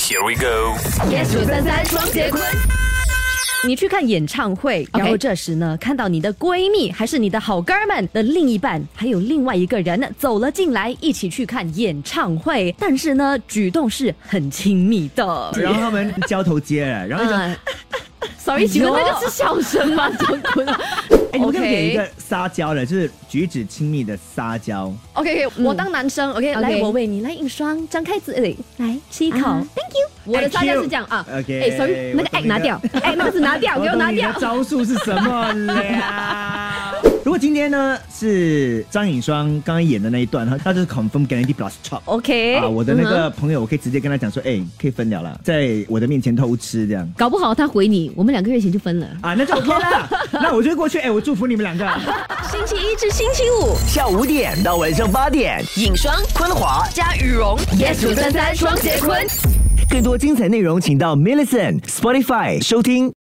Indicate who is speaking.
Speaker 1: Here we go。
Speaker 2: Yes 九三三双节棍。
Speaker 3: 你去看演唱会，
Speaker 2: OK
Speaker 3: 然后这时呢，看到你的闺蜜还是你的好哥们的另一半，还有另外一个人走了进来，一起去看演唱会，但是呢，举动是很亲密的。
Speaker 4: 然后他们交头接耳，然后
Speaker 2: 啊
Speaker 4: 就
Speaker 3: 嗯，
Speaker 2: Sorry，请问
Speaker 3: 有
Speaker 2: 那个是笑声吗？张坤
Speaker 4: 哎，你们可不可以给一
Speaker 2: OK
Speaker 4: 个撒娇的，就是举止亲密的撒娇。
Speaker 2: OK OK，我当男生 OK，来
Speaker 3: OK
Speaker 2: 我为你来一双，张开
Speaker 3: 哎
Speaker 2: 嘴来吃一口
Speaker 3: 啊
Speaker 2: ，Thank you。我的
Speaker 4: Thank
Speaker 2: 撒娇
Speaker 4: you
Speaker 2: 是这样啊
Speaker 4: OK，
Speaker 2: 哎，sorry，那
Speaker 4: 我
Speaker 2: 个
Speaker 4: 懂
Speaker 2: act
Speaker 4: 你的
Speaker 2: 拿 掉，act 帽子拿掉，给我
Speaker 4: 懂
Speaker 2: 拿
Speaker 4: 你
Speaker 2: 掉
Speaker 4: 的。招数是什么了？ 如果今天呢是张颖双刚刚演的那一段，她她就是 confirm guarantee plus chop。
Speaker 3: OK，、
Speaker 4: 啊，我的
Speaker 2: 嗯
Speaker 4: 那个朋友，我可以直接跟他讲说，哎、可以分了啦，在我的面前偷吃这样
Speaker 2: 搞不好他回你，我们两个月前就分了。
Speaker 4: 啊，那就 OK 啦。那我就过去，哎、我祝福你们两个。
Speaker 5: 星期一至星期五，
Speaker 6: 下午五点到晚上八点，
Speaker 5: 影双
Speaker 6: 昆华。
Speaker 5: 加羽绒。
Speaker 2: Yes 九三三双节棍。
Speaker 6: 更多精彩内容，请到 Millison Spotify 收听。